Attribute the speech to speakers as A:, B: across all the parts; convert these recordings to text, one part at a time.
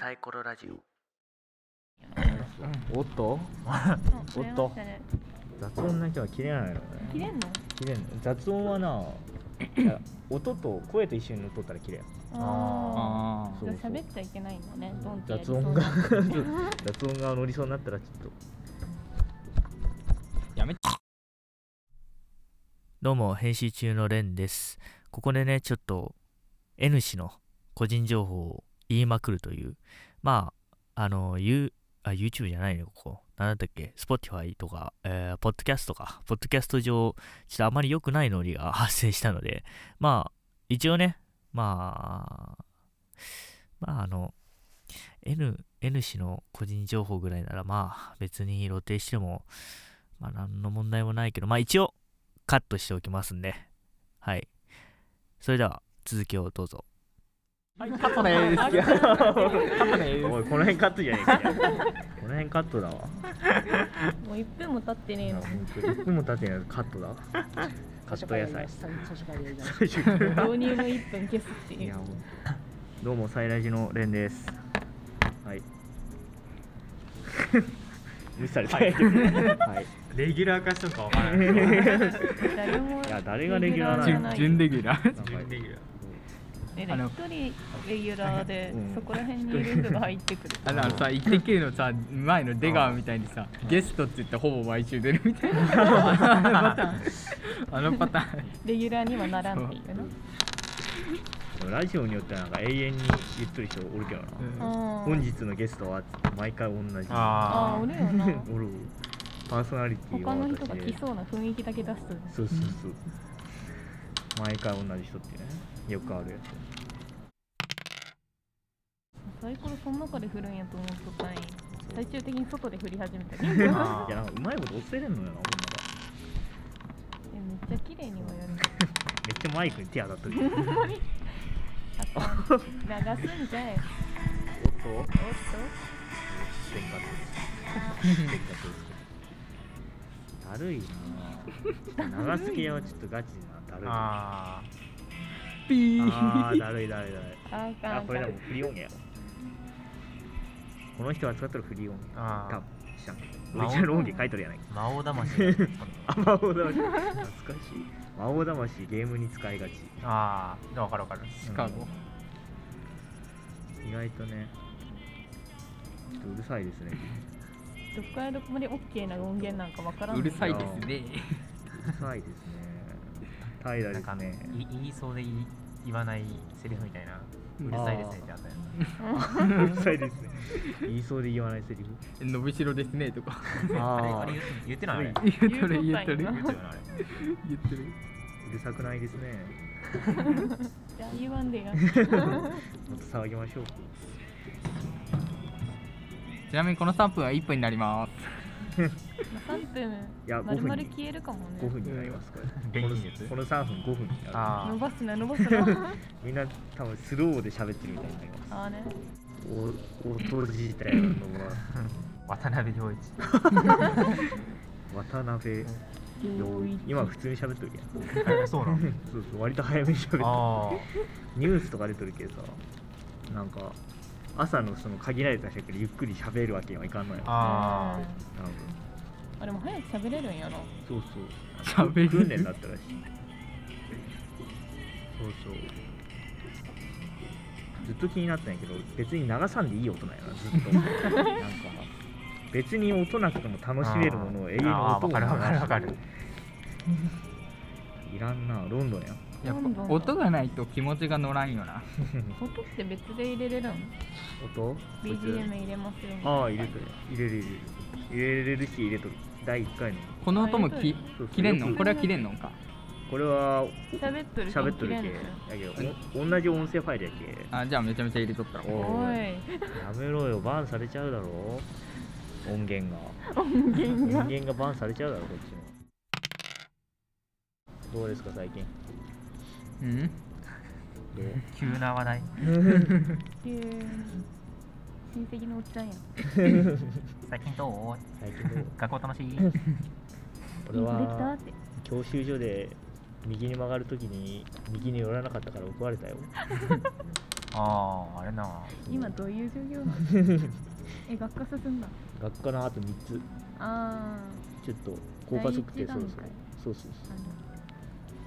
A: サイコロラジオ
B: おっと
C: おっとね、
B: 雑音の人は切れないのね
C: 切れんの
B: 切れんの雑音は ないや音と声と一緒に乗っとったら切れん
C: あ
D: あ
C: あ
B: そ
C: じ
B: う
C: ゃ
B: そ
C: あ
B: う
C: 喋っちゃいけないんだねドンってやり
B: 雑
C: そうな
B: 音が雑音が乗りそうになったらちょっと
E: どうも、編集中のレンです。ここでね、ちょっと N 氏の個人情報を言いまくるという、まあ、あの、you あ YouTube じゃないね、ここ。なんだったっけ ?Spotify とか、えー、ポッドキャストか。ポッドキャスト上、ちょっとあまり良くないノリが発生したので、まあ、一応ね、まあ、まあ、あの、N、N 氏の個人情報ぐらいなら、まあ、別に露呈しても、まあ、何の問題もないけど、まあ、一応、カットしておきますんで。はい。それでは、続きをどうぞ。
D: あカットねーですカットねー
B: おいこの辺カットじゃねえかこの辺カットだわ
C: もう1分も経ってねえの
B: 1分も経ってないカットだカット野 菜
C: 導入も1分消すって
B: い
C: い
B: や
C: う
B: ほんと どうもサイラジのレンですはい 無視された、はい
F: レギュラー化したのかわからない。準
C: 誰も
B: いや誰がレギュラーなの
C: レギュラーじゃな
D: 準
C: い
D: 準レギュラー
B: なんか
F: レギュラー。
C: ね
D: あの
C: 一人レギュラーで
B: うん
C: そこら辺にいる人が入ってくる
D: あのさ、イテ Q のさ、前の出川みたいにさ、ゲストって言ってほぼ毎週出るみたいな。 あのパターン。
C: レギュラーにはならんっていうな
B: でもラジオによってはなんか永遠に言っとる人おるけどな、
C: あ
B: 本日のゲストは毎回同じ
C: ああ
F: あ
C: ー俺よな
B: おるパーソナリティは
C: 他の
B: 私
C: 人が
B: で
C: 来そうな雰囲気だけ出すとね
B: そうそうそう毎回同じ人ってねよくあるや
C: サイコロその中で振るんやと思っとったんや
B: つ
C: 最終的に外で振り 始めたね
F: ー
C: え
F: あ
B: いや
F: ー。
B: なんかうまいこと押せれんのよな女が
C: めっちゃ綺麗にもやる
B: めっちゃマイクに手当たってる
C: な流すんじゃい
B: おっと
C: おっと
B: 天下天下だるいなぁ長すぎはちょっとガチなだるいあ
F: あー
D: ピー。
B: ーだるいだるいだるい
C: あかん
B: あ
C: あかん
B: これでもフリー音源やこの人が使っとるフリー音源
F: あ
B: 多
F: ー。
B: 分知らんけどオリジナル音源書いとるやないか
F: 魔王魂だったのか
B: あ魔王魂懐かしい魔王魂ゲームに使いがち
F: な。ああ。でもわかるわかる。
D: シカゴ。
B: 意外とねちょっとうるさいですね
C: どこからどこまで OK な音源なんかわからん
D: うるさいですね。
B: うるさいですね怠惰
F: な
B: で
F: んか
B: す
F: ね
B: ね、
F: い言いそうで言い言わないセリフみたいな。うるさいですねってあったよね。
B: うるさいですね言いそうで言わないセリフ
D: 伸びしろですねとか。
F: あれ
B: あ
F: あ
B: ー
F: れ言ってないあれ。
D: 言っと
C: 言
D: る
C: う
D: 言
C: こ
D: っ
C: と
D: と
C: ないな
F: 言って
D: る
F: るよねあれ。
D: 言っとる。
B: うるさくないですね
C: じゃあ言わんでや
B: もっと騒ぎましょう
D: ちなみにこの3分は1分になります。
C: 3分
B: や
C: まるまる
B: 5分
C: 消えるかもね
B: 5分になりますこれ
F: 電
B: こ
F: 気
B: の
F: 熱
B: この3分5分になる
F: あ
C: 伸
F: あ。
C: ばすな伸ばすな
B: みんな多分スローで喋ってるみたいになります
C: ああね
B: お音自体のは
F: 渡辺良一。
B: 渡辺
C: 容易
B: 今普通に喋っとるやん
F: あそうなの。
B: そうそう割と早めに喋って
F: あ
B: ニュースとか出とるけどさなんか朝のその限られた尺でゆっくり喋るわけにはいかんのよ
F: あ。
B: 多
F: あ
B: 分
C: あでも早く喋れるんやろ
B: そうそう
D: 喋
B: 訓練
D: る。
B: だったらしいそうそうずっと気になったんやけど別に流さんでいい音なんやなずっとなんか別に音なくても楽しめるものを永遠に
F: あ
B: 音
F: ー
B: を流
F: わかるわかるわかる
B: いらんなロンドンや
D: やっぱ音がないと気持ちが乗らんよな。
C: 音って別で入れれるん
B: 音
C: BGM 入れますよみたいな
B: ああ入れとる入れる入れる入れれるし入れとる第1回の
D: この音もき
B: そうそう
D: 切れん
B: よ
D: の
B: く
D: これは切れんのか。
B: これは
C: 喋っとる
B: 喋っとる
C: けん切
B: けだけどお同じ音声ファイルやけ
D: あ、じゃあめちゃめちゃ入れとった。
C: れんのおい
B: やめろよバンされちゃうだろ音源が
C: 音源
B: 人
C: が
B: 間がバンされちゃうだろこっちもどうですか最近
D: うん
B: で
F: 急な話題。
C: 急に親戚のおっちゃんや
F: 最近どう？
B: 最近どう
F: 学校楽しい？
B: 俺
C: いい子できた
B: は
C: って
B: 教習所で右に曲がるときに右に寄らなかったから怒られたよ
F: ああああれな
C: 今どういう授業なの え学科進んだ
B: 学科のあと3つ
C: あ
B: ちょっと効果測定
C: 第一
B: そろ
C: 段階
B: そろそうそう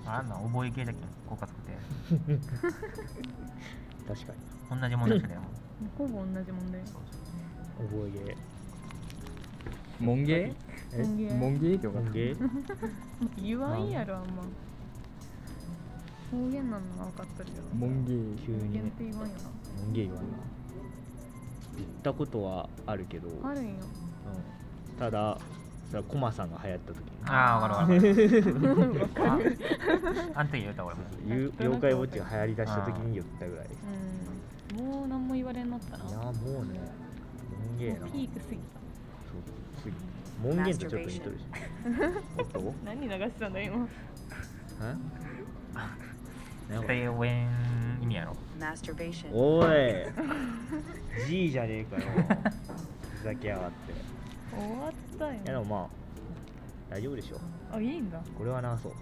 C: ーあの
F: あれな覚え系だけん効果つくて
B: そう確かに
F: 同じ問題しかねえもん
C: ほぼ同じ問題
F: そう
B: 覚え
D: モンゲ
B: え
C: 音
D: ーモ
C: 源
D: ンゲーとか
B: 音芸
C: 言わんやろあんま方言なのは分かっとるよ
D: モンゲー
B: 急に
C: 言っ
B: ね
C: て言わんよ
B: 音芸言わんな言ったことはあるけど、
C: なあるん
B: う
C: よ
B: ん、ただそれはコマさんが流行った時に
F: ああわかるわかる
C: 分かる
F: あん時言うた俺も
B: ゆ妖怪ウォッチが流行りだした時に言ったぐらい
C: うんもう何も言われんなったない
B: やもうね音芸な
C: もうピーク過
B: そう
C: ぎた
B: 次門限とちょっと似てるし。 音？
C: 何流したんだ今
B: え？なん
F: 絶
B: か
F: 対応援意味やろ
A: Masturbation.
B: おい。G じゃねえかよ。 ふざけやがって。い
C: 終わった
B: やで
C: よ
B: もまあ大丈夫でしょう。
C: あいいんだ
B: これはなそう。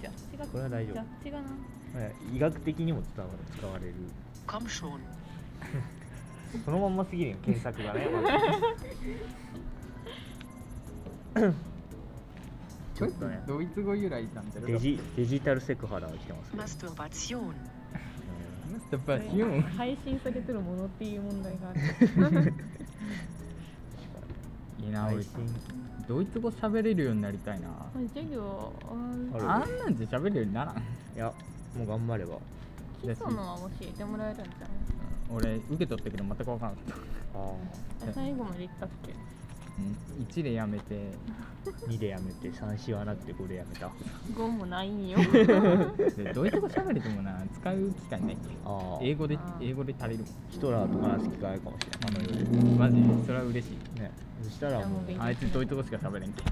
C: ジャッジが
B: これは大丈夫
C: ジャッジがな
B: まあ医学的にも伝わる使われる。
A: Komm schon.
B: そのまんますぎるよ検索が ね。
D: ちょ
B: ちょ
D: っと
B: っとね
D: ドイツ語由来なんだろ
B: デジデジタルセクハラが来てますけど。
A: Masturbation.
D: マスターバーシュン
C: 配信されてるものっていう問題 がある
D: い
B: う
D: い
B: ん
D: な
B: 配
D: 俺
B: 信
D: ドイツ語喋れるようになりたいな
C: まあ授業
B: あ
C: あ
B: る
D: あんなんで喋れるようにならん
B: いやもう頑張れば。
C: 基礎のは教えてもらえるんじゃん
D: 俺受け取ったけど全く分からなかった
B: あ
C: え最後まで行ったっけ
D: 1でやめて
B: あ。二でやめて三四はなくて五でやめた。あ
C: 5もないん よ
D: でドイツ語喋れてもな使う機会ない
B: あ。
D: 英語で
C: あー
D: 英語で足りる
B: ヒトラーと話す機会あるかもしれない。あの夜。
D: もんマジそれは嬉しい
B: ね、そしたらもう
C: いやも
D: あいつドイツ語しか喋れんけ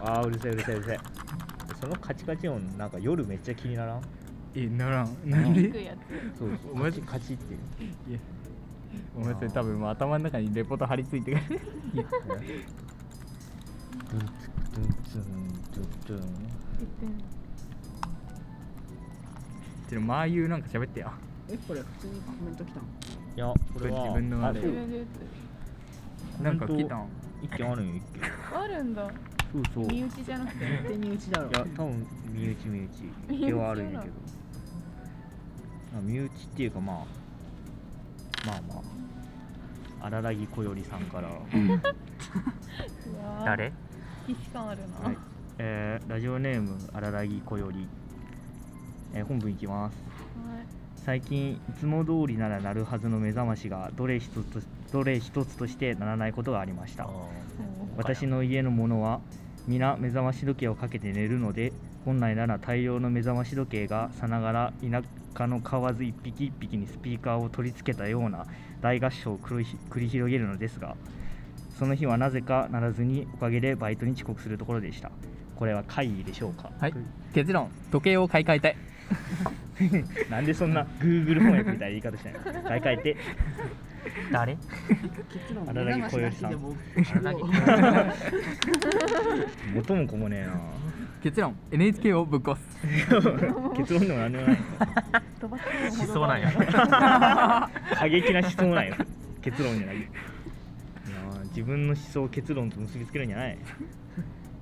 B: ああうるせえうるせえうるせえそのカチカチ音なんか夜めっちゃ気にならん
D: えならんなん
C: 行く
D: で
C: やつ
B: そう
D: マ
B: カ
D: ジ
B: チカチっていう
D: お前それ多分もう頭の中にレポート貼り付いてる
B: ねドゥンツンツンツンツン
C: 言ってん
D: ちょっとマーユーなんか喋ってよ
A: Eh, これ普通にコメント来た。
B: いやこれは
D: これ自分のあれ
B: そう
C: 自分でや
D: なんか来たん
B: 一件あるんよ一件
C: つあるんだ
B: そうそうい
C: 身内じゃ なくて
A: 手に打ちだろ。
B: や多分身内身
C: 身
B: 内
C: 内
B: ではあるんやけど
C: な
B: あ身内っていうかまあまあまあ荒木こよりさんから、
C: うわー
F: 誰
C: 既視感あるな、
B: はいえーラジオネーム荒木こより、えー本文いきます
C: はい
B: 最近いつも通りなら鳴るはずの目覚ましがどれ一つどれ一つとして鳴らないことがありました
C: も
B: 私の家のものは皆目覚まし時計をかけて寝るので本来なら大量の目覚まし時計がさながら田舎の蛙一匹一匹にスピーカーを取り付けたような大合唱を繰りひ繰り広げるのですがその日はなぜかならずにおかげでバイトに遅刻するところでしたこれは会議でしょうか
D: はい結論時計を買い替えたい
B: なんでそんな Google 翻訳みたいな言い方しないの買い替えて
F: 誰
A: 荒木小由里さん。
B: 元も子もねえな
D: 結論 NHK をぶっ壊す
B: 結論でもなんでもない
C: 飛ばし
F: 思想なんや
B: 過激な思想なんよ結論じゃないいやー自分の思想を結論と結びつけるんじゃない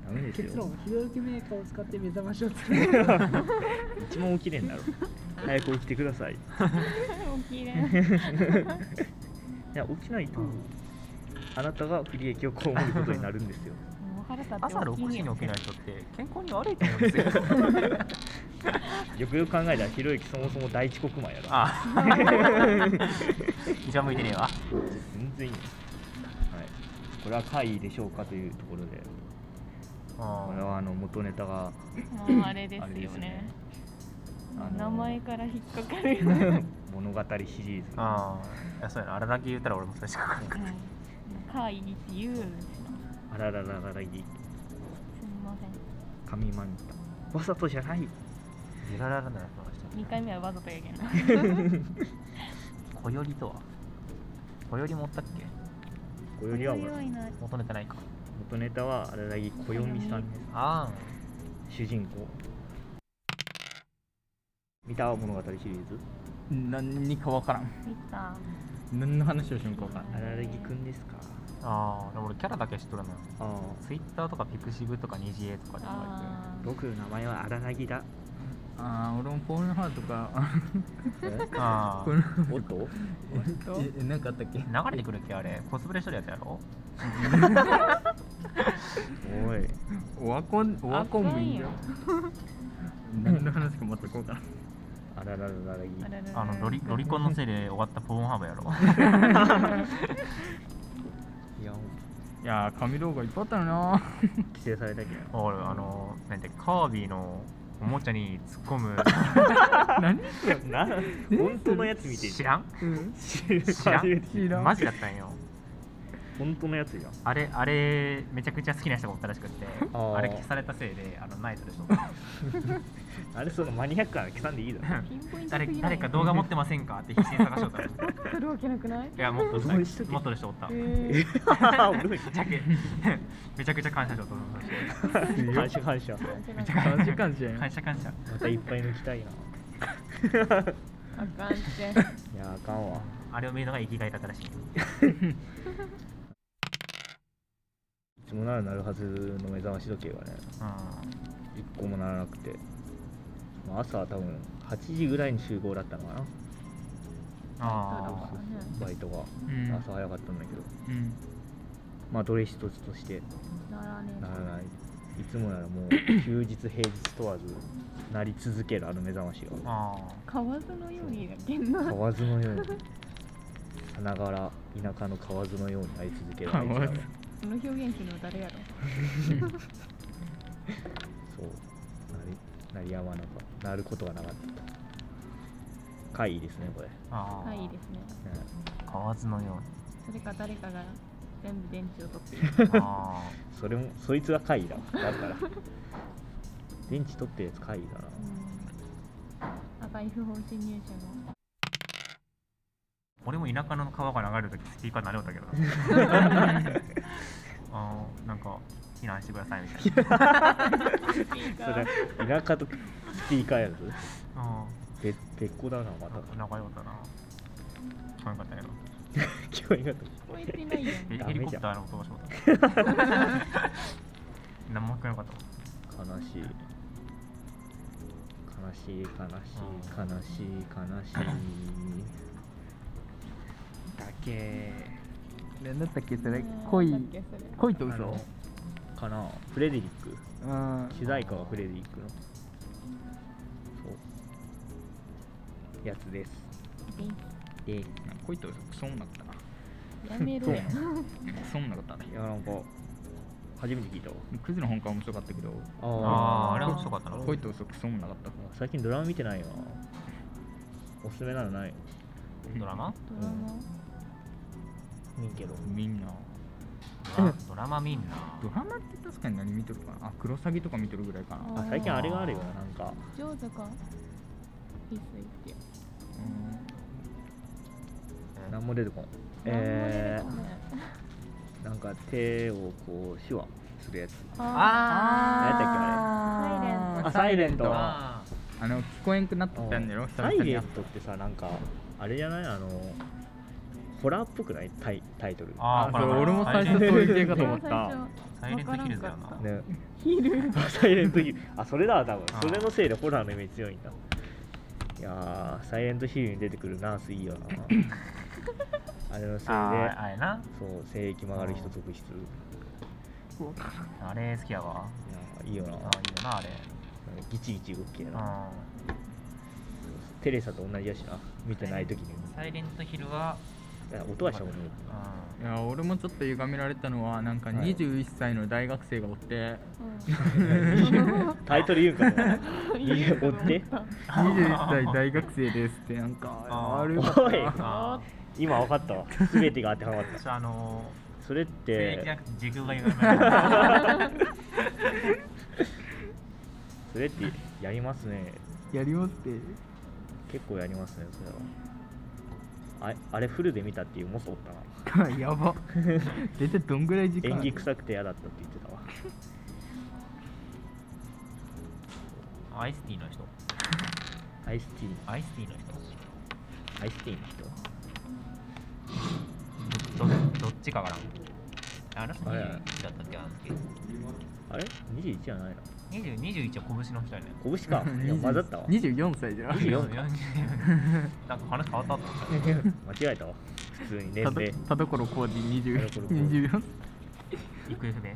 B: ダメですよ
A: 結論、ひろゆきメーカーを使って目覚ましを作る。
B: 一番起きれんだろ早く起きてくださいい
C: 起きれん
B: や起きないとあなたが不利益を被ることになるんですよ
C: もう腹立って
F: 朝6時に起きない人って健康に悪いと思うんですよ
B: よくよく考えたらひろゆきそもそも第一刻前やろ
F: ああ一番向いてねえわ
B: 全然いいよはいこれは会議でしょうかというところでこれ
F: あ
B: はあの元ネタが
C: もうあれで
B: あれ
C: す
B: で
C: よ
B: すね
C: ね
B: あの
C: 名前から引っかかるよ ね
B: 物語シリーズ
F: あああいやそうやなあれだけ言ったら俺もそれしか考えない
C: 会議って言うしな
B: あらららららぎ
C: すみませ
B: 神まみたわざとじゃない
F: ゆらららなやつの人
C: ん2回目はわざとやけんな
F: こよりとはこよりもおったっけ
B: こよりは
C: 強いな
F: 元ネタないか
B: 元ネタは荒木こよみさんです
F: ああ
B: 主人公見た物語シリーズ
D: 何かわからん
C: 見た
D: 何の話をしようかわからん
B: 荒木くんですか
F: ああ、でも俺キャラだけ知っとるな。
B: ああ
F: ツイッターとかピクシブとかニジエとかで書いてる。
C: あー
B: 僕の名前は荒木だ
D: ああ俺もポールのハートか
F: あ
D: この
B: おっと
D: ええなんかあったっけ
F: あ、流れてくるっけあれ。コスプレしとるやつやろ
B: おい
D: オワコンオワコンもいいよ何の話か全くわからん
B: あらららら荒木
C: あららら
F: あのロリロリコンのせいで終わったポーンハーブやろ。
B: いや
D: いやー神動画いっぱいあったのな
B: 規制されたけど
F: 俺、あの、なんて、カービィのおもちゃに突っ込む。
D: 何
B: な本当のやつ見て
F: 知らん
B: 知
F: 知らん
D: 知らん
F: マジだったんよ。
B: 本当のやつじゃん
F: あれ、あれ、めちゃくちゃ好きな人がおったらしくって、
B: あー
F: あれ消されたせいで、あの、ナイトでしょ。
B: あれそのマニアックなの刻んでいいだろ
C: ピンポイントす
F: 誰
C: ぎない
F: 誰か動画持ってませんかって必死に探しとったの。い
C: 撮るわけなくない
F: や、 もっと
B: お前知っとけ
F: もっとる人おった。
C: え
B: おもろい
F: めちゃく めちゃくちゃ感謝状と思いました
B: 反射反射
C: ー、
F: めちゃ
D: 3時間じゃん
F: 感謝感謝
B: またいっぱい抜きたいない
C: あかんって
B: やあかんわ
F: あれを見るのが生きがいだったらしい
B: いつもならなるはずの目覚まし時計がね
F: う
B: 一個もならなくて、まあ、朝は多分8時ぐらいに集合だったのかなん
F: あ
C: そうだね
B: バイトが
D: うん
B: 朝早かったんだけど、
D: うん
B: まあどれ一つとして
C: ならねえ
B: ならないいつもなら もう休日平日問わずなり続けるあの目覚まし
F: ー
B: が
F: あ
C: 河津のようにだけんな
B: 河津のようにさながら田舎の河津のようになり続けるあいつら
D: 河
B: が
D: 津
C: その表現機能誰やろ
B: そうなりなりやまなかなることがなかった怪異ですねこれ、
F: ーあ
C: はいいいですね
B: う
F: す河津のよう
C: それか誰かが全部電池を取って
F: にあ
B: ん、それもそいつは怪異だわだから電池取ってるやつ怪異だな
C: うん赤い不法侵入者の
F: ー俺も田舎の川が流れるときスピーカーになれおったけどな あーなんか避難してくださいみたいな
B: それ田舎とスピーカーやるぞ
F: あ
B: べ別個だなま た
F: ー仲良かったな聞こえんかったけど
B: 聞こえなかっ
C: 聞こえてないやん
F: え
B: ダメじゃん
F: ヘリコプターの音がしまった何も聞こえなかった
B: 悲しい悲しい悲しい悲しい悲しい
D: だけ何だったっけそれ
C: うん
D: 恋
C: なんだっけそれ
D: 恋と
B: あ
D: 嘘
B: のかなフレデリック
D: うん
B: 主題歌はフレデリックのそうやつですでい
D: 恋と嘘クソもなかったな
C: やめろや
D: クソもなかったね
B: やなんか初めて聞いたわ
D: クズの本館は面白かったけど
F: あーあ
B: ー
F: れは面白かったな
D: 恋と嘘クソもなかったか
B: 最近ドラマ見てないよなおすすめなのない
F: ドラマ
C: ドラマ
B: 見んけど
D: みんな
F: ドラドラマ見んな
D: ドラマって確かに何見とるかなあクロサギとか見とるぐらいかな
B: あ最近あれがあるよななんか
C: 上手か翡翠って
F: え
B: 何も出てこんえ
C: なんも出てこない
B: ー、なんか手をこう手話するやつ
D: あ
B: 何やったっけあれあサ
C: あ
B: イレント
F: あー
D: あの聞こえんくなったんだろ
B: サイレン
D: ト
B: トってさなんかあれじゃないあのホラーっぽくないタイタイトル
F: あー
D: それ
F: ほら
D: 俺も最初
F: サイレン
D: そういう系か
C: サイ
D: と
C: レ
D: 思
C: ン
D: っ
C: ト
D: た
F: サイレントヒルだよな
C: わからんかっ
B: ね
C: ヒル
B: あサイレントヒルあそれだわ多分
F: あー
B: それのせいでホラーのイメージ強いんだいやーサイレントヒルに出てくるナースいいよなあれのせいで
F: あーあれな
B: そう性域曲がる人続出い
F: あれ好きやわ
B: やーいいよな
F: あーいいよなあれ
B: ギチギチ動きや
F: う
B: なんテレサと同じやしな見てない時に
F: サイレントヒルは
B: あ音はしたことない
F: うん
D: いや俺もちょっと歪められたのはなんか
B: はい
D: 21歳の大学生がおって
B: タイトル言うんかも
C: い
B: 追って
D: 21歳大学生ですってなんか
F: あー
D: あるか
B: おい
F: あ
B: 今分かったわ全てが当てはまっ
F: ー私あの
B: たそれっ
F: ー性域じゃ
B: て
F: なくて時空が歪められる
B: それってやりますね
D: やりますって
B: 結構やりますねそれはあれあれフルで見たっていうモスおったな
D: かやば出 てどんぐらい時間
B: 演技臭くて嫌だったって言ってたわ
F: アイスティーの人
B: アイスティー
F: アイスティーの人
B: アイスティーの人
F: どどっちかわからんあの人
B: あれ
F: 21だったっけなんですけど
B: あれ ?21 じゃないな
F: 20 21は拳の人やね
B: 拳 かいや混ざったわ間違
D: 24歳じゃない
B: いいよ
F: 40なんか話変わったと思った
B: えたわ普通に年
D: 田所
B: 齢
D: 田所浩二
B: 田所浩二
D: 20 24
F: 行方不明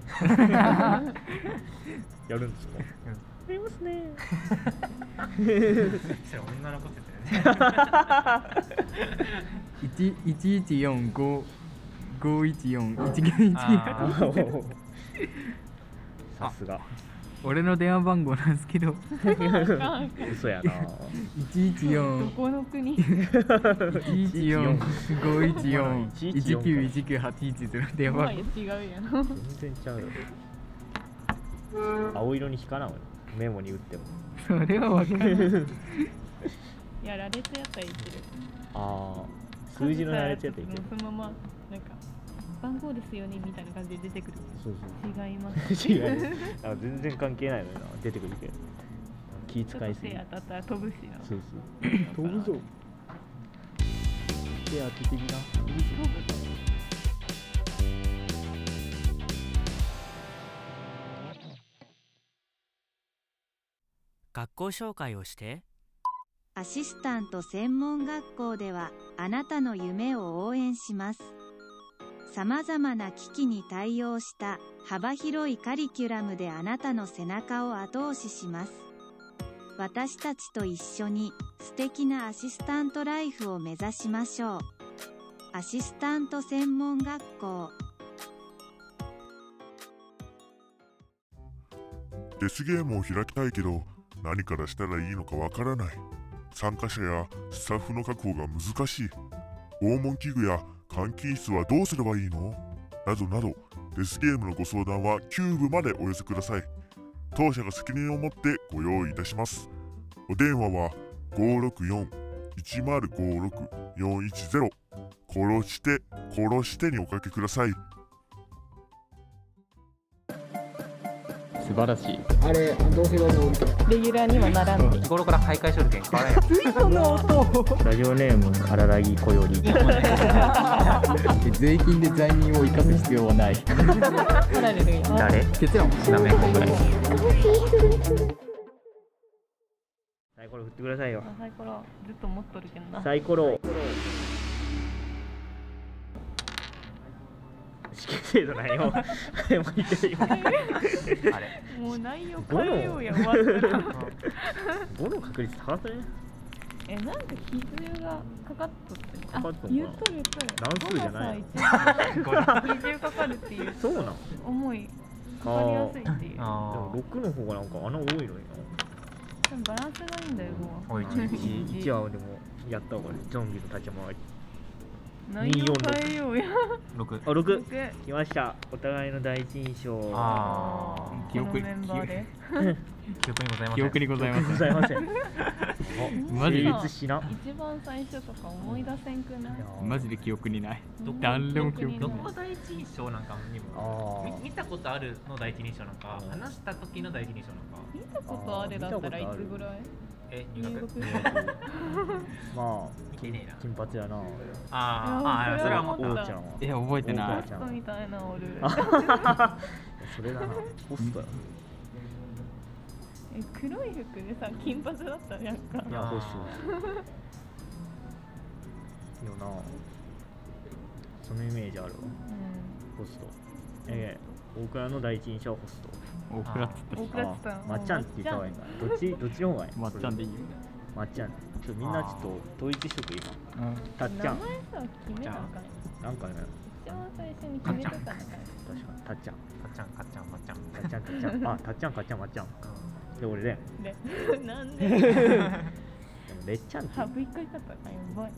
B: やるんですか
F: うん
B: やりますね
F: それ女の子って言ってたよね
D: 1 1 1 4 5 5 1 4 1 1
F: あ
B: さ
F: ー
B: すが
D: 俺の電話番号なんですけど
B: 嘘やな
C: ど
D: 114
C: この国
D: 114 514
B: 114
D: 19198180電話
C: まあ
D: 番号
C: 違うやろ
B: 全然ちゃうよ青色に引かないメモに打っても
D: それは分かる
C: やられたやつは言ってる
B: ああ数字の慣れてやったらいける
C: そのままなんか番号ですよねみたいな感じで出てくる
B: そうそう
C: 違います
B: 違うねあ全然関係ないのにな出てくるけど気
C: ちょっ
B: 使い
C: と
B: すぎ
C: 手当たったら飛ぶしな
B: そうそう飛ぶぞ手当ててみな
E: 学校紹介をして
G: アシスタント専門学校ではあなたの夢を応援します。さまざまな危機に対応した幅広いカリキュラムであなたの背中を後押しします。私たちと一緒に素敵なアシスタントライフを目指しましょう。アシスタント専門学校
H: デスゲームを開きたいけど何からしたらいいのかわからない参加者やスタッフの確保が難しい訪問器具や換気室はどうすればいいのなどなどデスゲームのご相談はキューブまでお寄せください当社が責任を持ってご用意いたしますお電話は564-1056410殺して殺してにおかけください
D: 素晴らしい
I: あれ同世代の俺
C: レギュラーにはならんて
F: 日頃から徘徊しとるけん変わらんやろ
B: ラジオネーム体木こより
D: 税金で罪人を生かす必要はない
C: 取られるよ
F: 誰
D: 結論
F: なめこぐらい
B: サイコロ振ってくださいよ
C: サイコロずっと持っとるけどな
B: サイコロ試験制度ないよでもいけるよ
F: あれ
C: もう内容変えようや終わったら
B: 5の確率高くね
C: えなんか比重がかかっとって
B: かかっとんかな
C: 言っとる言っと
B: 乱
C: る
B: 数じゃない
C: 五がさ一番比重かかるっていう
B: そうなんで
C: 思いかかりやすいっていう
F: あ
B: も6の方がなんか穴多いのにな
C: でもバランスがいいんだよ
F: あおいち
B: 1はでもやった方がいいゾンビの立ち回り
C: 内容変えようや
F: 6
B: あ6来ましたお互いの第一印象
F: あ
D: ー
C: 記憶メンバーで
F: ー記憶にございません
D: 記憶にござい
B: ありがとう
D: ま
B: ご
D: す
B: ざいません
D: マジ
B: 成立しな
C: 一番最初とか思い出せんくない
D: マジで記憶にない
C: どこ
D: 誰でも記憶にな
F: ど
D: い
F: こ第一印象なんかに
B: あ
F: も
B: ー
F: み見たことあるの第一印象なんか話した時の第一印象なんか
C: 見たことあるだったらいつぐらい
F: え入学
C: 入学
B: まあ
F: 見てねえな
B: 金髪やな
F: あーあーそれはもう
B: お
C: 思っ
B: う
C: た
B: ちゃんは
D: え覚えて
B: あ
D: な
C: ラ
D: い
C: ストみたいなおる
B: それだなホストや
C: え黒い服でさ金髪だったやんか
B: いやホストホストよなそのイメージあるわ
C: う
B: ホストええ大倉の第一印象はホスト
D: 大倉っつった
C: ん大
D: し
C: 倉さ
B: あ
C: ん
B: まっちゃんって言った方がいいんかどっちどっちの方がいい
D: まっちゃんでいいよ
B: まっちゃんちょっとみんなちょっと統一しとく今たっ
C: 名
B: ちゃ
C: 前
B: ん
C: さ決めたんかな
B: なんかね
C: 一番最初に決めとったんかな
B: 確かにたっちゃん
F: かっちゃんかっちゃんかっちゃん
B: たっちゃんたっち ゃんあたっちゃんかっちゃんまっちゃんで俺ね
C: でなん で
B: でもれっちゃんって
C: ハブ一回買ったあやばい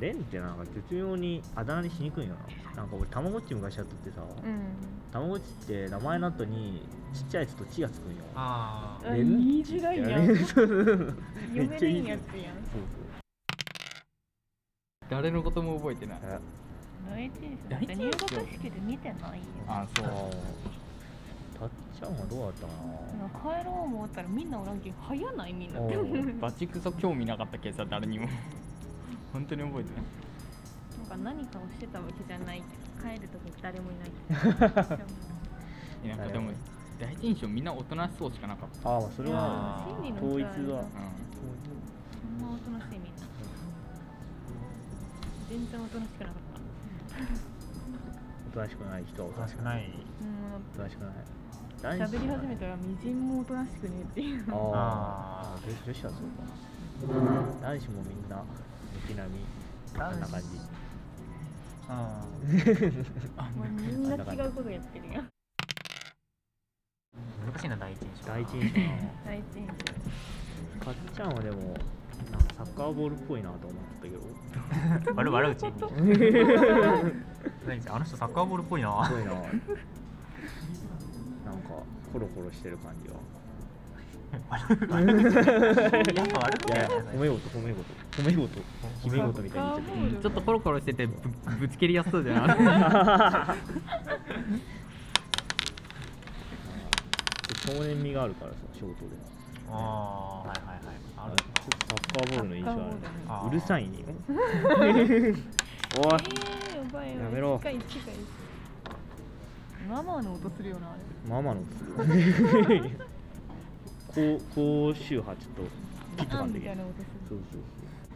B: レンってなんか絶妙にあだ名にしにくいよななんか俺たまごっち昔やっとってさ
C: うん
B: たまごっちって名前の後にちっちゃいやつと「ち」がつくんよ
F: あー
C: あ
B: レン
C: 言いづらいやん
B: めっちゃいいそう
C: 読めれんやつ
B: そう
C: やん
D: 誰のことも覚えてない
B: え
C: 第一印象って入学式で見てないよ
D: あそ
B: あー
D: う
B: さっちゃんはどうだったかな
C: 帰ろう思ったらみんなおらんけん早ないみんな
B: おー
D: バチクソ興味なかったけどさ誰にも本当に覚えてない
C: なんか何かをしてたわけじゃない
J: 帰るとき誰もいない
D: いやなんかでも第一印象みんな大人しそうしかなかっ
B: ああそれは
D: あー
C: 心理の
B: 統一
C: 人
B: だ
C: はあれ
D: た、うん、
C: そんなおとなしいみんな全然おとなしくなかった
B: おとなしくない人はおと
F: 詳
B: な
F: し
B: し
F: く
B: くない
F: ない
B: おとなしくない男子
C: 喋り始めたらみじんもおとなしくねえっていう
B: ああ女女子はそうか男子もみんな軒並みあんな感じ
F: あ
C: もうみんな違うことやってるやん
F: ー難しいな第一印象
B: 第一印象
C: 第一印象
B: なかっちゃんはでもなんかサッカーボールっぽいなと思ったけど
F: 悪悪 口第一あの人サッカーボールっぽいな
B: すごいななんかコロコロしてる感じは
F: やっぱ悪
B: い
F: 口
B: やい
F: や
B: や褒め事褒め事褒め事褒
F: 褒め
B: め
F: 事
B: 事みたいに言っちゃっ
D: ちょっとコロコロしててぶぶつけりやすそう じゃな
B: た
D: い
B: 少年味があるからさ仕事で
F: ああはいはいはいあ
B: あ
F: る
B: ちょっとサッカーボールの印象あるね
F: あー
B: うるさい ねおい
C: えー、やばいよ
B: やめろ
C: 一回一回ママの音するよなあれ
B: ママのする高高周波ちょっと切っとか
C: あ
B: ん
C: ん
B: で
C: み
B: け
C: た
B: ど
C: いな音す
B: そうそう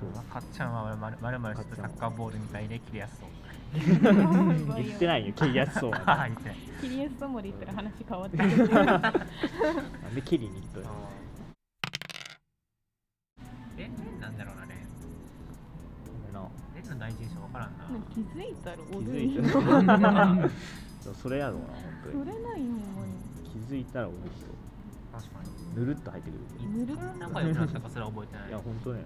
B: そうそう
F: かっちゃんはまるまるまるしてサッカーボールみたいで切れやすそう
C: るやばい
B: 言
C: よ
B: ってないよ切りやすそうなんだ
F: あ あ言ってない
C: キリエスともで言ったら話変わってくる
B: なんで切りに行ったよ
F: え変なんだろうなね
B: ごめんな
F: 変な第一印象わからんな
C: 気づいたら
B: 気
C: おる
B: づい
C: い
B: た
C: よ
B: よそれやろうな本当
C: そ
B: に
C: れないもん
B: 気づいたらおいし
F: 確か
B: とぬるっと入ってく
F: に
C: ぬるっ
F: 仲良くなったかすら覚えてな
B: る
F: い
B: いや本当ね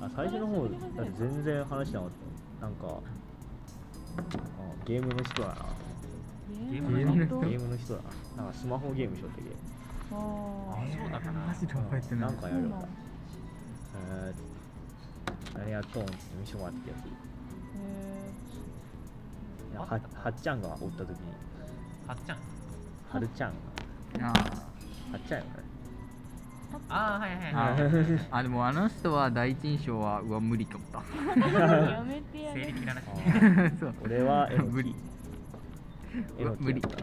B: あ最初の方だって全然話してなかったなんかあゲームの人だなと思
C: ゲー
F: ゲー
C: ムの
B: っ
C: 人
B: てゲームの人だななんかスマホゲームしよってけ
C: あ
F: あそうだったな
D: マジで覚えて
B: な
D: ない
B: んか
C: あ
B: やるわえー、何やっとんって見せてもらってたやついやははっちゃんがおった時に
F: かっちゃん
B: はるちゃんが
D: あ
B: はっちゃんやこ
F: ああはいはい
D: あ
F: はい
D: ーあでもあの人は第一印象はうわ無理と思った
C: やめてや
F: 生
C: め
F: 理
C: て
F: 的な話
D: そう
B: れ俺はエロ
D: 無理
B: エロ
D: 無理
B: だったな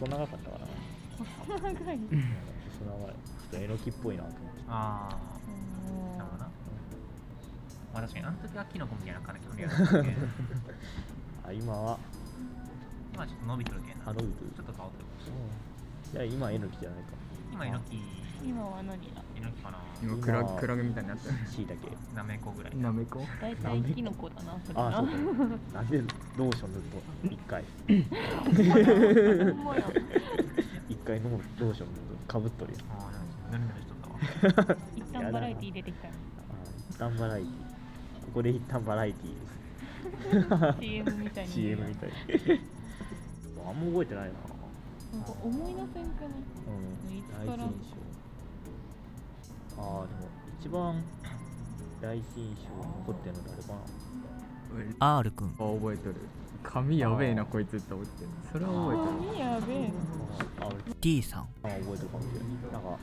B: 細長かったかな
C: 長い
B: 細長いちょっとエノキっぽいなと思って
F: ああなるほどなまあ確かにあの時はキノコみたいな感じのやつだった けど
B: あ今は
F: 今ちょっと伸びてるけんな
B: あ伸びてる
F: ちょっと変わってる
B: いや今エノキじゃないか
F: 今えのき
C: 今は何だ
F: えのきかな
D: 今クラクラゲみたいになってる
B: しいたけ
F: なめこぐらい
D: なめこ
C: 大体キノコだなそれ
B: ああ
C: な
B: そうかなんでローション塗っと一回
C: ほんまや
B: 一回のローション塗っとかぶっとるやん
F: ああなんかぬるぬるしとったわ
C: 一旦バラエティー出てきた
B: あー一旦バラエティここで一旦バラエティです
C: の CM みたいに
B: CM みたいにあんま覚えてないな
C: なんか思い出せんくない
B: うん
C: いつ
B: 第
C: か
B: 一
C: ら
B: 印象ああでも一番第一印象残ってるの誰かな
K: R くん
D: あ覚えとる髪やべえなこいつって思ってそれは覚えてる
C: 髪やべえな
B: あーあ
K: T さん
B: 俺あー覚えてるかもしれないなんか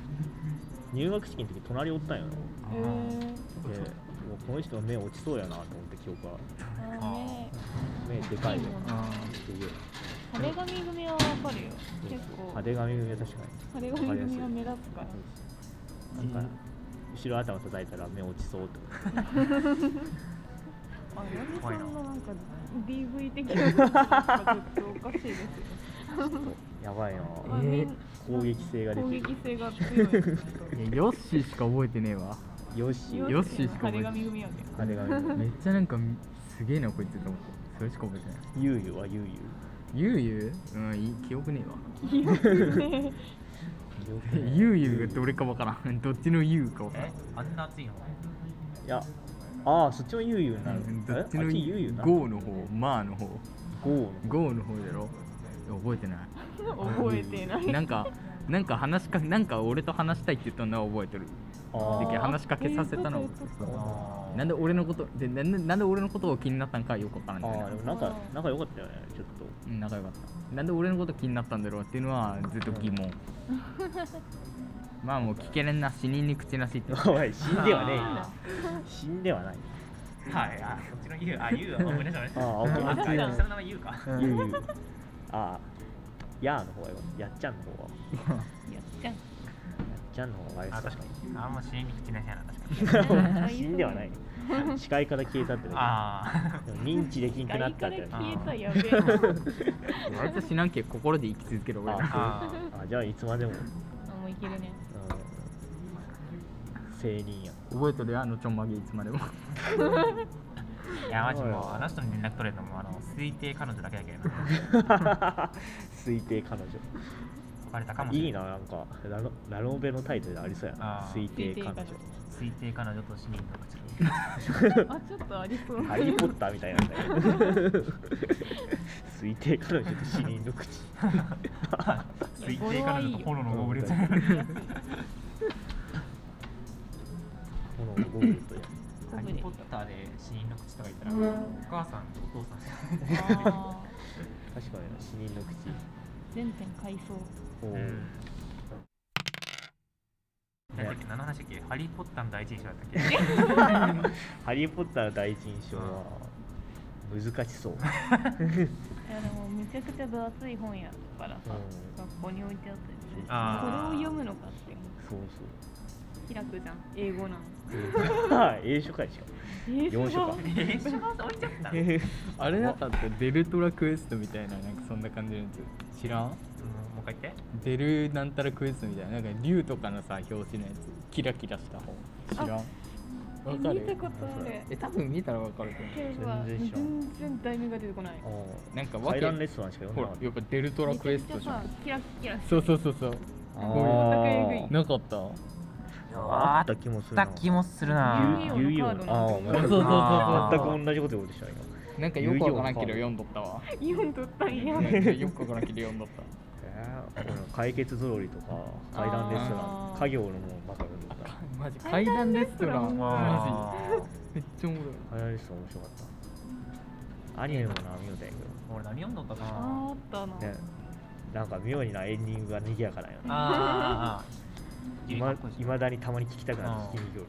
B: 入学式の時隣おったんよな
C: えー
B: でもうこの人の目落ちそうやなと思って記憶は
C: あーね
B: 目でかいよ
C: うん
D: あ
B: すげえ
C: 派手髪組はわかるよ結構
B: 派手髪組は確か
C: 派手髪組は目立つから
B: になんか後ろ頭叩いたら目落ちそうとか
C: あやべそ
F: 怖いなん
C: ななんか DV 的なことがちょっとおかしいですよ
B: やばいな
C: まあみん
B: 攻撃性が出
C: 攻
B: てる
C: 撃性が強いですね
D: いやヨッシーしか覚えてねえわ
B: よし
D: よっしーしか覚えてな
C: 派
D: い
C: 手髪組やけ
B: 派手髪組
D: めっちゃなんかすげえなこいつと思ってそれしか覚えてない
B: ゆうゆうはゆ う
D: ゆうゆううんい記憶ねえわ
B: ゆう
D: ゆうゆうがどれかわから んどっちのゆうかわからん
F: えあんな熱いの
B: いやああそっちもゆうゆうになる
D: どっち
B: あ
D: の
B: っちゆうゆうな
D: ゴーの方まあの方
B: ゴー
D: ゴーの方やろ覚えてない
C: ど覚えてない
D: なんかなんか話しかなんか俺と話したいって言ったのは覚えてる
B: あ
D: で
B: ー
D: 話しかけさせたの
I: そういうことそういうこ
D: なんで俺のことでなんでなんで俺のことを気になったんかよくわからん
B: あ
D: けど
B: ーでもなんか仲良かったよねちょっと
D: うん仲良かったなんで俺のこと気になったんだろうっていうのはずっと疑 問まあもう聞けれんな死人に口なしって
B: おい死んではねえよ
F: あ
B: 死んではない
F: ーはい、あ、こっちの言う、あ、 言うは、あごめんなさい。
B: あーオッケー
F: あ
B: 熱い
F: 下の名前言うか。
B: ゆうゆうああやーの方がよかったやっちゃんの方が
I: やっちゃん
B: やっちゃんの方がよか
F: あ、
B: った
F: 確かに。あんま死に口なしやな、確かに。
B: 死んではない視界から消えたってだけ
F: あ
B: でも認知できんくな
I: 外
B: った
I: か
B: っ
I: ら
B: て
I: 消えたやべえ
D: あいつ死なんけ心で生き続ける俺ら
F: あ、あー
B: あじゃあいつまでも、 うん、
I: あもういけるね
B: 成人や
D: 覚えとるよあのちょんまげいつまでも
F: いや、マジもう、あの人に連絡取れるのも、あの、推定彼女だけだけどな、
B: 推定彼女
F: バレたかもしれない
B: い。いななんかラノラノベのタイトルでありそうやな
F: あー
B: 推定彼
I: 推定彼
B: 女
I: 女
F: 推定彼女と死人の口。
I: あちょっとありそう
B: ハリー・ポッターみたいなんだよ推定彼女と死人の口
F: 推定彼女とホロのゴブレット。
B: このゴールドや
F: ハリー・ポッターで死人の口とか言ったら、お母さん、お父さん。
I: あ
B: 確かにな死人の口
I: ー全編回想
B: おお、
F: うん何だっけ何の話だっけハリー・ポッターの第一印象だったっけ
B: ハリー・ポッターの第一印象は難しそう、
I: いやでもめちゃくちゃ分厚い本やからさ、
B: うん
I: 学校に置いてあったやつで
F: あー
I: それを読むのかって思
B: そう
I: う開くじゃん英語なの
B: そう。英書会しか。
I: 英
B: 洋書か。
F: えー、島置いちゃったのもう
D: あれなかったデルトラクエストみたいななんかそんな感じのやつ知らん
F: 一回言って。
D: デルなんたらクエストみたいななんか竜とかのさ表紙のやつキラキラした方知らんわか
I: え見
D: る
I: たことある
D: え多分見たらわかると思う
I: 全然
B: 全然知らん
I: 全然題名が出てこない
D: なんかわ
B: 階
D: け
B: 段レストランしか読んで
D: ほら
B: なかった。
D: やっぱデルトラクエスト
I: め
D: じ
I: ち
D: ゃ
I: ゃ
D: ん
I: くちゃさキラキラして
D: そうそうそうそう
I: ー
D: なかった
B: あった気もするな。
F: もするな
I: ぁ
B: ゆゆ
I: 遊戯
B: よ。
I: 王
B: あ
I: のカード
B: あ
I: の
B: ー、全
D: そう
B: く
D: そうそう
F: あー
B: 全く同じこと言おうとした今。
D: なんかよくわからんけど読んどったわ
I: 読んどったんや
D: なんかよくわからんけど読んどった
B: えーこの解決ぞろりとか階段レストラ
I: あ
B: ン、
I: ー
B: 家業のものばっかりだった。
D: マジ階段レストランマジめっちゃおもろ
B: 階
D: い
B: 段レストラン面白かった。アニメもな見ようだけ
F: 俺何読んどったかな
I: あーあったな、
B: ど。ね。なんか妙になエンディングが賑やかなんよね。
F: あー
B: い
F: あ
B: ま
F: ーあー
B: 未だにたまに聞きたくなる聞きに行く。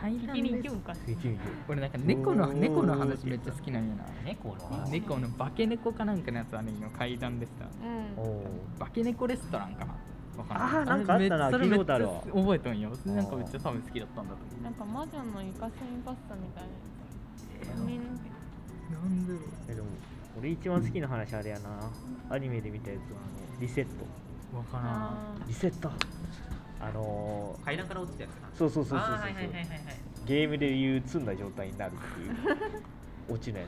D: 階
I: 聞きに行くんか
B: 聞きに行く。
D: 俺なんか猫の猫の話めっちゃ好きなんやな
F: 猫の話
D: 猫の化け猫かなんかのやつあるんよ階段レストラ
I: う
D: ン
I: ん
B: おおー。
D: 化け猫レストランかなわかんな
B: あ
D: い
B: ーなんかあったな
D: それ
B: 聞いた
D: め
B: こ
D: っち
B: とあ
D: ゃ
B: るわ
D: 覚えとんよそれなんかめっちゃ多分好きだったんだと
I: なんか魔女のイカスミパスタみたいな
D: 思う
I: みん
D: なんだろ
B: えでも俺一番好きな話あれやなアニメで見たやつはあのリセット
D: うわからん
I: な
B: リセットあの
F: 階段から落ちたやつかな
B: ー、そうそうそうそう
F: あ
B: そう
F: ーはいはいはいはいはい
B: ゲームでいう積んだ状態になるって いうオチのや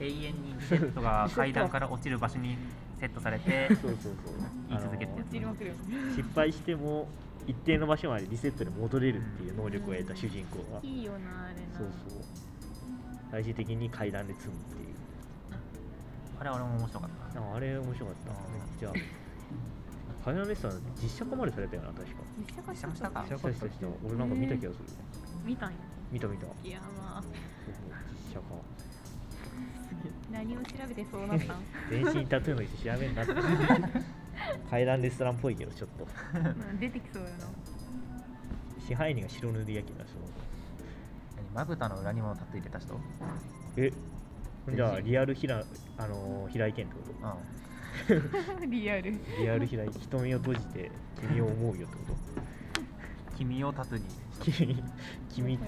F: 永遠にリセ ットが階段から落ちる場所にセットされて
B: つそうそうそう
F: 言い続けて
B: あの
I: 落ちりまくるよね
B: ー失敗しても一定の場所までリセットに戻れるっていう能力を得た主人公が
I: いいよなあれな
B: そうそう最終的に階段で積むっていう
F: あれ俺も面白かっ
B: ああれ面白かっためっちゃカメラレストランだって実写化までされたよな確か
I: 実写化
F: た
I: し
F: しましたか
B: 実写化した人俺なんか見た気がする
I: 見たんや
B: 見た見た
I: いやまあ
B: 実写化
I: 何を調べてそうなったん
B: 全身タトゥーの人調べんなって 階段レストランっぽいけどちょっと
I: うん出てきそうやな
B: 支配人が白塗りやけどなその
F: 何まぶたの裏にもタトゥー入れた人うん
B: えじゃあリアルひらあのー、平井堅ってこ
I: リアル
B: とリアル平井瞳を閉じて君を思うよってこ
F: 君をタトゥーに
B: と君君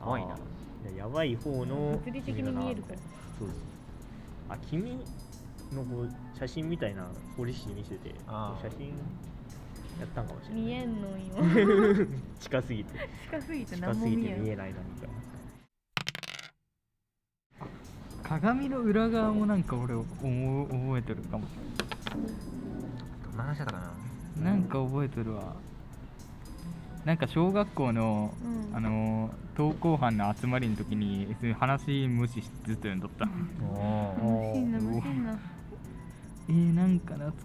F: 怖いな
B: あーやばい方の
I: 物理的に見えるから
B: そうそうあ君のこう写真みたいな折り紙見せて
F: あー
B: 写真やったんかもしれ
I: 見
B: ない
I: えんのよ
B: 近すぎて
I: 近すぎて
B: 近
I: 何
B: す
I: も
B: ぎ
I: 見
B: て
I: え
B: 見
I: ん
B: えないなみたいな
D: 鏡の裏側もなんか俺思う覚えてるかも
F: どんな話だったかな
D: なんか覚えてるわなんか小学校の、
I: うん
D: あの登校班の集まりの時にそういう話無視してずっと読んどった
F: お
I: 無心な無心な
D: えー、なんか懐か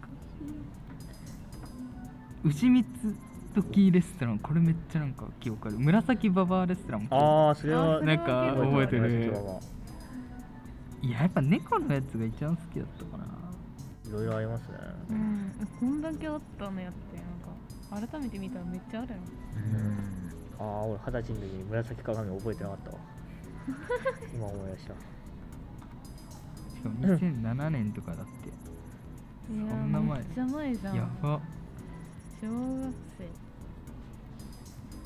D: し牛蜜時レストランこれめっちゃなんか記憶ある紫ババアレストランも
B: ああそれは
D: なんか覚えてる
B: わ
D: いややっぱ猫のやつが一番好きだったかない
B: ろいろありますね
C: うん、こんだけあったのやってなんか改めて見たらめっちゃあるよ
B: ああ俺二十歳の時に紫鏡覚えてなかったわ今思い出した
D: しかも2007年とかだって
C: いや
D: そ
C: ー
D: んな前
C: めっちゃ前じゃん
D: やば
C: 小学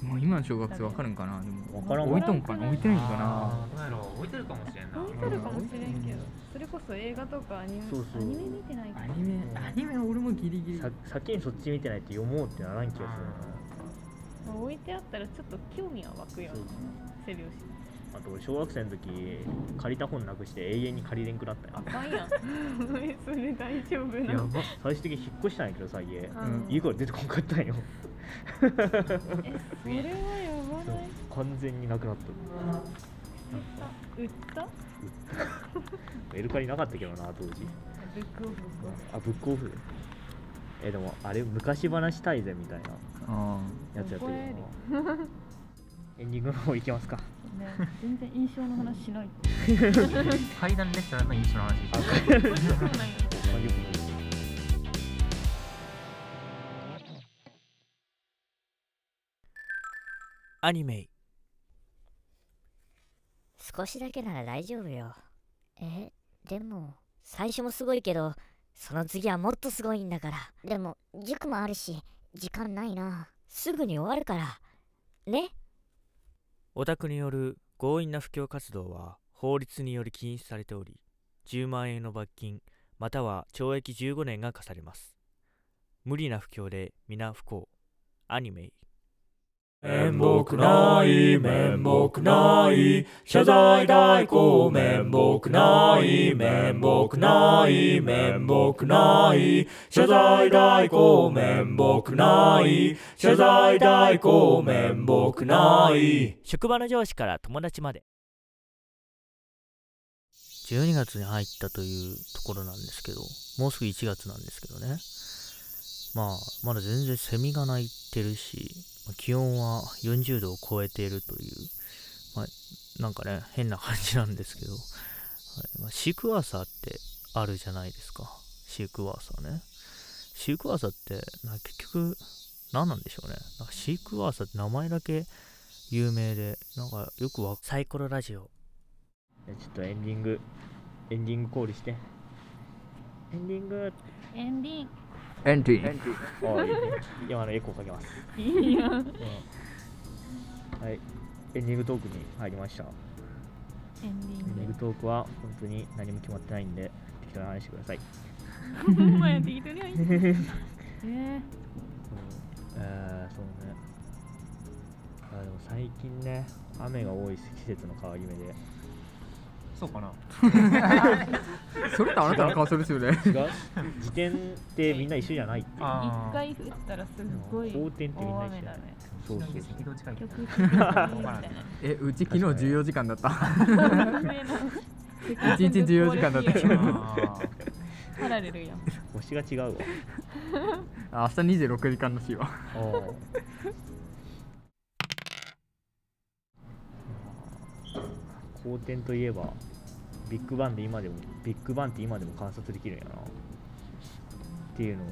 C: 生
D: もう今の小学生わかるんかなでも
B: わからん
D: 置
B: わ
D: いとんかな置いてないんかな
F: あーどうやろう置いてるかもしれんな
I: 置いてるかもしれんけどそれこそ映画とかアニメ
B: そうそう
I: アニメ見てないか
D: アニメアニメ俺もギリギリ
B: さ先にそっち見てないと読もうってならん気が
I: ら置いてあったらちょっと興味は湧く
B: する
I: よ
B: な
I: ね
B: そう
I: 背拍子
B: あと俺小学生の時借りた本なくして永遠に借りれんくなったよ
I: あかん やんえそれ大丈夫な
D: や
I: の
D: ば
B: 最終的に引っ越したんやけど最近
I: うん
B: 家から出てこんかったんよ
I: えそれはやばない
B: 完全になくなった
I: 売った
B: メルカリなかったけどな当時
I: ブックオフブックオフ
B: あブックオフえでもあれ昔話したいぜみたいな
D: あ
B: やつやったけどな エンディングの方行 きますか
I: ね、全然印象の話しない。
F: 階段レストランの印象の話
B: あ
I: そうなんや。
B: 30分です
E: アニメ
L: 少しだけなら大丈夫よ。え、でも、最初もすごいけど、その次はもっとすごいんだから。でも、塾もあるし、時間ないな。すぐに終わるから。ね
E: オタクによる強引な布教活動は法律により禁止されており10万円の罰金または懲役15年が課されます無理な布教で皆不幸アニメ
M: 面目ない面目ない謝罪代行面目ない面目ない面目ない謝罪代行面目ない謝罪代行面目ない
E: 職場の上司から友達まで12月に入ったというところなんですけどもうすぐ1月なんですけどねまあまだ全然セミが鳴いてるしまあ気温は40度を超えているという、まあ、なんかね変な感じなんですけど、はいまあシークワーサーってあるじゃないですかシークワーサーねシークワーサーってな結局何なんでしょうねなんかシークワーサーって名前だけ有名でなんかよくわサイコロラジオ
B: じゃあちょっとエンディングエンディングコールしてエンディング
C: エンディン
D: エンディン
B: あいいね今のエコーかけます
C: いいやん
B: はいエンディングトークに入りました
C: エンデ
B: エンディ
C: ィ
B: ン
C: ン
B: グトークは本当に何も決まってないんで適当な話してください
C: グほんまやできて ないえ
B: えー、そうねあでも最近ね雨が多い季節の変わり目で
F: そうかな
D: それってあなたの顔するっすよね
B: 違う時点ってみんな一緒じゃないっていう
C: ー
F: あ
C: 一
F: ー
C: 回降ったらすっごい
B: 荒天ってみんな
C: 大
B: 一緒
C: 雨
B: じゃな
C: だ
B: い
C: ね
B: そうそう
F: なんか赤道近いけど
C: 曲みた いな
D: えうち昨日14時間だった
C: 1
D: 一日14時間だったけど
F: あー
C: パラレルやん
B: 星が違うわ
D: あ明日26時間の日は
B: 好天といえばビッグバンで今でもビッグバンって今でも観察できるんやなっていうのを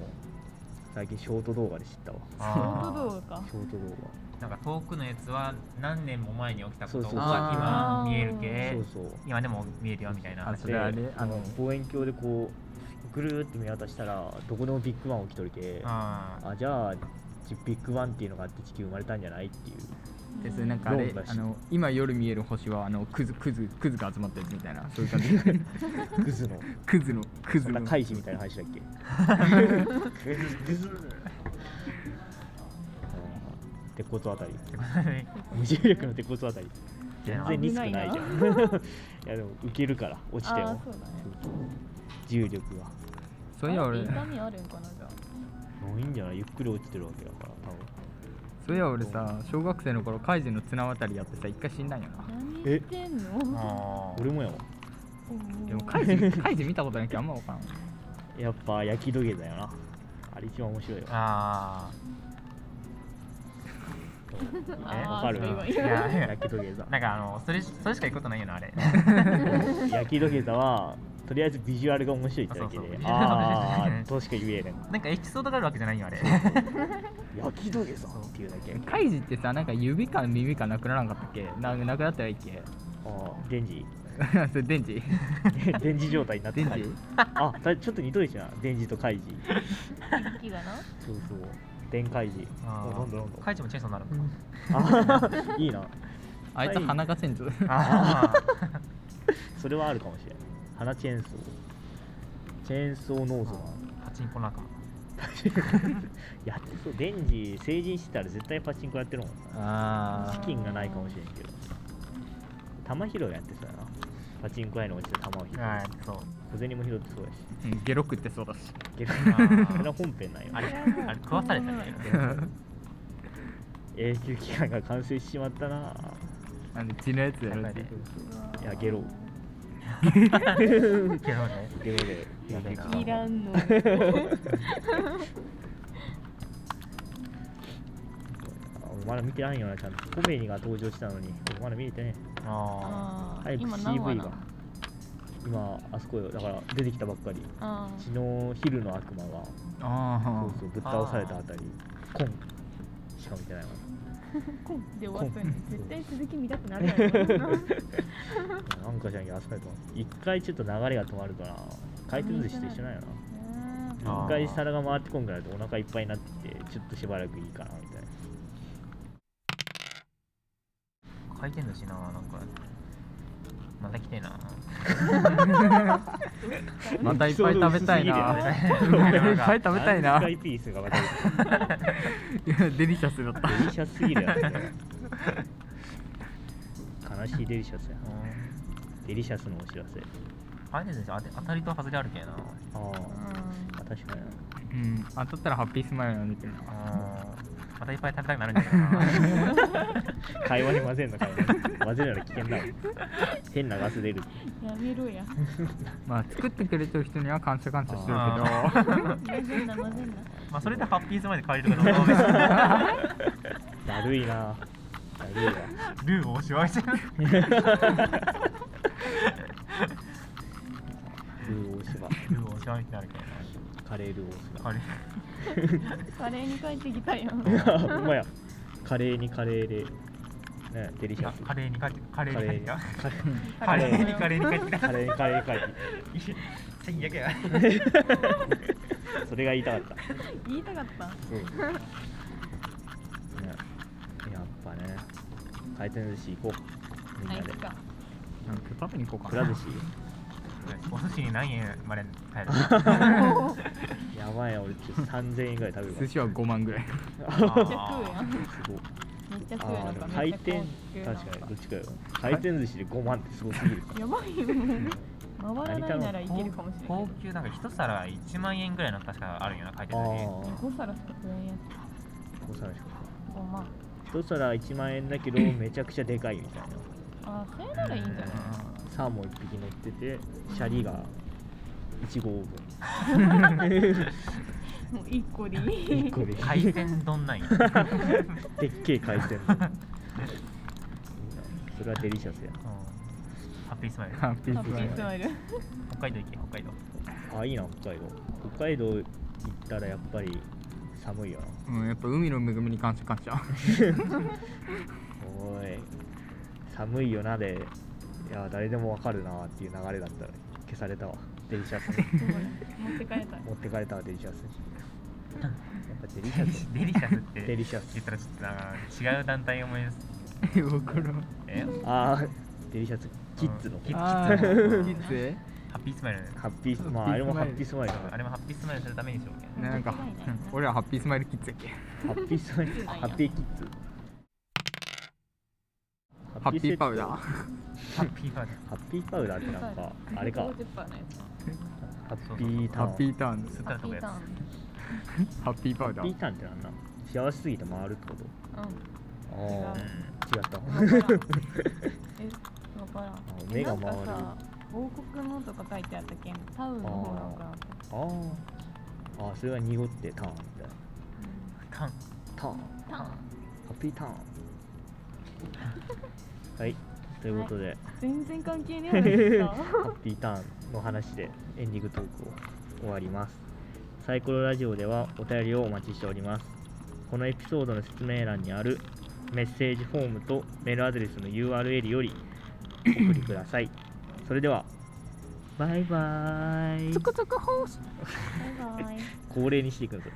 B: 最近ショート動画で知ったわ
C: 本
F: あ
C: 当どうか
B: ショート動画
F: ーなんか遠くのやつは何年も前に起きたことが
B: そうそう
F: 今
C: あー
F: 見えるけ
B: そうそう
F: 今でも見えるよみたいな
D: あそれあれ
B: で
D: あの
B: 望遠鏡でこうぐるーって見渡したらどこでもビッグバン起きとるけあ
F: あー
B: じゃあじビッグバンっていうのがあって地球生まれたんじゃないっていう
D: でそれなんかあ
B: ロ
D: れ
B: ーンだし
D: あの今夜見える星はあのクズクズクズが集まったやつみたいなそういう感 じ
B: グズの
D: クズのクズ
B: そんな
D: の
B: 怪獣みたいな話だっ けグズグズ鉄骨あたり無重力の鉄骨あたり全然リスクないじゃん いやでも受けるから落ちて
C: あ
B: も
C: ーそうだね
B: 重力が
D: そういや俺
C: 痛みあるんかなじゃあ
B: ないんじゃないゆっくり落ちてるわけだから多分
D: そういや俺さ小学生の頃カイジの綱渡りやってさ一回死んだんよな
C: 何してんの
F: あー
B: 俺もやわ
D: でもカイジカイジ見たことないけどあんま分からん
B: やっぱ焼き土下座よなあれれ一番面白いわ
F: あ
B: あわかる 焼き土下座
F: なんかあのそれそれしか行くことないよ なあれ
B: 焼き土下座はとりあえずビジュアルが面白いってだけ
F: そうそう
B: で
F: ビジュアルが面白 い
B: ああとしか言え ない
F: なんかエピソードがあるわけじゃないよあれ
B: 焼き土下座っていうだけ
D: カイジってさなんか指か耳かなくならんかったっけななくなったらいいっけ
B: ああ電磁
D: それ電磁
B: 電磁状態になってた
D: 電磁
B: あたちょっと似とるじゃん電磁と開示
C: 元気がな
B: そうそう電開示
F: あ
B: おなんだなんだ
F: カイジもチェーンソーになるの
B: あーいいな
D: あいつ鼻がチェンソー
B: あーそれはあるかもしれない鼻チェーンソーチェーンソーノーズマン
F: パチンコ仲間
B: やってそうデンジ成人してたら絶対パチンコやってるもん
D: あ
B: 資金がないかもしれんけど玉拾いやってそうやなパチンコ屋に落ちて玉を拾う
F: あーそう
B: 小銭も拾ってそうやし
D: うんゲロ食ってそうだし
B: ゲロ それは本編ないよ
F: あれあれ食わされ たね
B: 永久期間が完成してしまったな
D: あの血のやつやるって
B: いやゲロ
D: ゲ
B: ロね
D: ゲ
B: ゲ
D: ロ
B: ロ
D: ね
B: で
C: いらんの
B: あまだ見てないよなちゃんとコメニが登場したのに俺まだ見れてね
F: あ
C: ー
B: 早く
C: 今何話
B: CV
C: な
B: が
C: の
B: 今あそこよだから出てきたばっかり
C: あー
B: 血の昼の悪魔が
D: あ
B: そうそうぶっ倒されたあたりコンしか見てないわ
C: コンで終わったよね
B: コン
C: 絶対続き見たくなるやろうな
B: なんかじゃんけん集めた一回ちょっと流れが止まるから回転寿司と一緒なんやな
F: あー
B: 一回皿が回ってこんくらいだとお腹いっぱいになってきてちょっとしばらくいいかなみたいな
F: 回転寿司ななんかまた来てえな
D: またいっぱい食べたいなまたいっぱい食べたいな
B: スカイピースがまた
D: いやデリシャスだった
B: デリシャスすぎる やつだよ悲しいデリシャスやデリシャスのお知らせ
F: 回転寿司当て当たりと外れあるけえな
B: ああ確かにな
D: うん当たったらハッピースマイルなんだけど
F: またいっぱい食べたくなるんじゃないかな
B: 会話に混ぜんの会話に混ぜるなら危険だわ変なガス出る
C: やめろや
D: まあ作ってくれてる人には感謝感謝して
F: あ
D: るけど
C: 混ぜんな混ぜんな
F: まあそれでハッピースマイル帰れるかどうか
B: だるいなだるいわ
F: ルー面白いじゃん
B: ルー大芝
F: ルー面白いってなるけ
B: カレールー大
F: どなあれ
C: カレーに帰ってきたよ
B: 芝ほんまやカレーにカレーでねデリシャス
F: カレーに帰ってカレーに帰ってきた
B: カレー
F: カレーにカレーに帰ってきた
B: カレーにカレーに帰って
F: 最悪や
B: きたそれが言いたかった
C: 言いたかった
B: そうねやっぱね回転寿司行こうみん
C: は
B: ないで
C: 行くか
D: なんか食べに行こう
B: く
D: かな
B: ら寿司
F: お寿司に何円まで帰る
B: やばいな俺ちょっと3000円ぐらい食べるわ
D: 寿司は5万ぐらい
C: やん
B: すごい
C: めっちゃ食う
B: あ
C: の
B: ーで
C: か
B: も
C: め
B: 回
C: っち
B: 転
C: ゃ
B: 確かにどっちかよ回転寿司で5万ってすごすぎるか
C: にやばいよ回らないならいけるかもしれない
F: 高級なんか一皿1万円ぐらいの確かあるよな書いて
B: あ
F: る
B: あ
F: 時
C: 5皿しか食えんや
B: 5皿しか
C: つ5万
B: 1皿1万円だけどめちゃくちゃでかいみたいな
C: あーそれならいいんじゃない
B: サーモン1匹乗っててシャリが1合分
C: もう1個でい
B: 一
C: い
B: 個で
F: 海鮮丼なんや
B: でっけえ海鮮丼いいなそれはデリシャスや
F: ハッピースマイル
D: ハッピー
C: ハッピースマイル
F: 北海道行け北海道
B: あいいな北海道北海道行ったらやっぱり寒いよな
D: うんやっぱ海の恵みに感謝感謝
B: おい寒いよなでいや誰でもわかるなっていう流れだったら消されたわデリシャスに
C: 持って帰った
B: 持ってかれたわデリシャスにやっぱデリシャス
F: デリシャスって
B: デリシャス
F: 言ったらちょっとなんか違う団体思い出す
D: 分からん
F: え
B: ああデリシャスキッズの
F: キッ
D: あ
F: キッズ
D: ー
F: の
D: キッズ
F: ハッピースマイルね
B: ハッピーまああれもハッピースマイル
F: あ
B: だ
F: れ
B: ね
F: もハッピースマイルするためにしようけ
D: なん かうん俺はハッピースマイルキッズやっけ
B: ハッピースマイルハッピーキッズ
D: ハッピーパウダー
B: ハ
F: ハッピーファーズ
B: ッピーパウダーってなんかあれか
C: 50%のやつ
B: ハッピーターン
D: ハッピーターン
F: 吸ったら飛ぶやつ
C: ハッピ
D: ハッピーパウ
B: ハ
D: ダ
B: ッピー
D: ー
B: ターンってなんなん幸せすぎて回るってことああ
C: うん
B: 違
C: わ
B: っ
C: からん
B: た
C: え分からん
B: 目が回る
C: なんかさ王国のとか書いてあったけんタウンの方なんかな
B: ああ
F: ああそれは濁ってターンみたいな
N: ターン
F: ターン
C: ターン
F: ハッピーターンはいということで、
C: 全然関係ね
F: ハ
C: え話した
F: ッピーターンの話でエンディングトークを終わりますサイコロラジオではお便りをお待ちしておりますこのエピソードの説明欄にあるメッセージフォームとメールアドレスの URL よりお送りくださいそれではバイバーイ
C: つくつくホースバイバイ
F: 恒例にしていくんですよ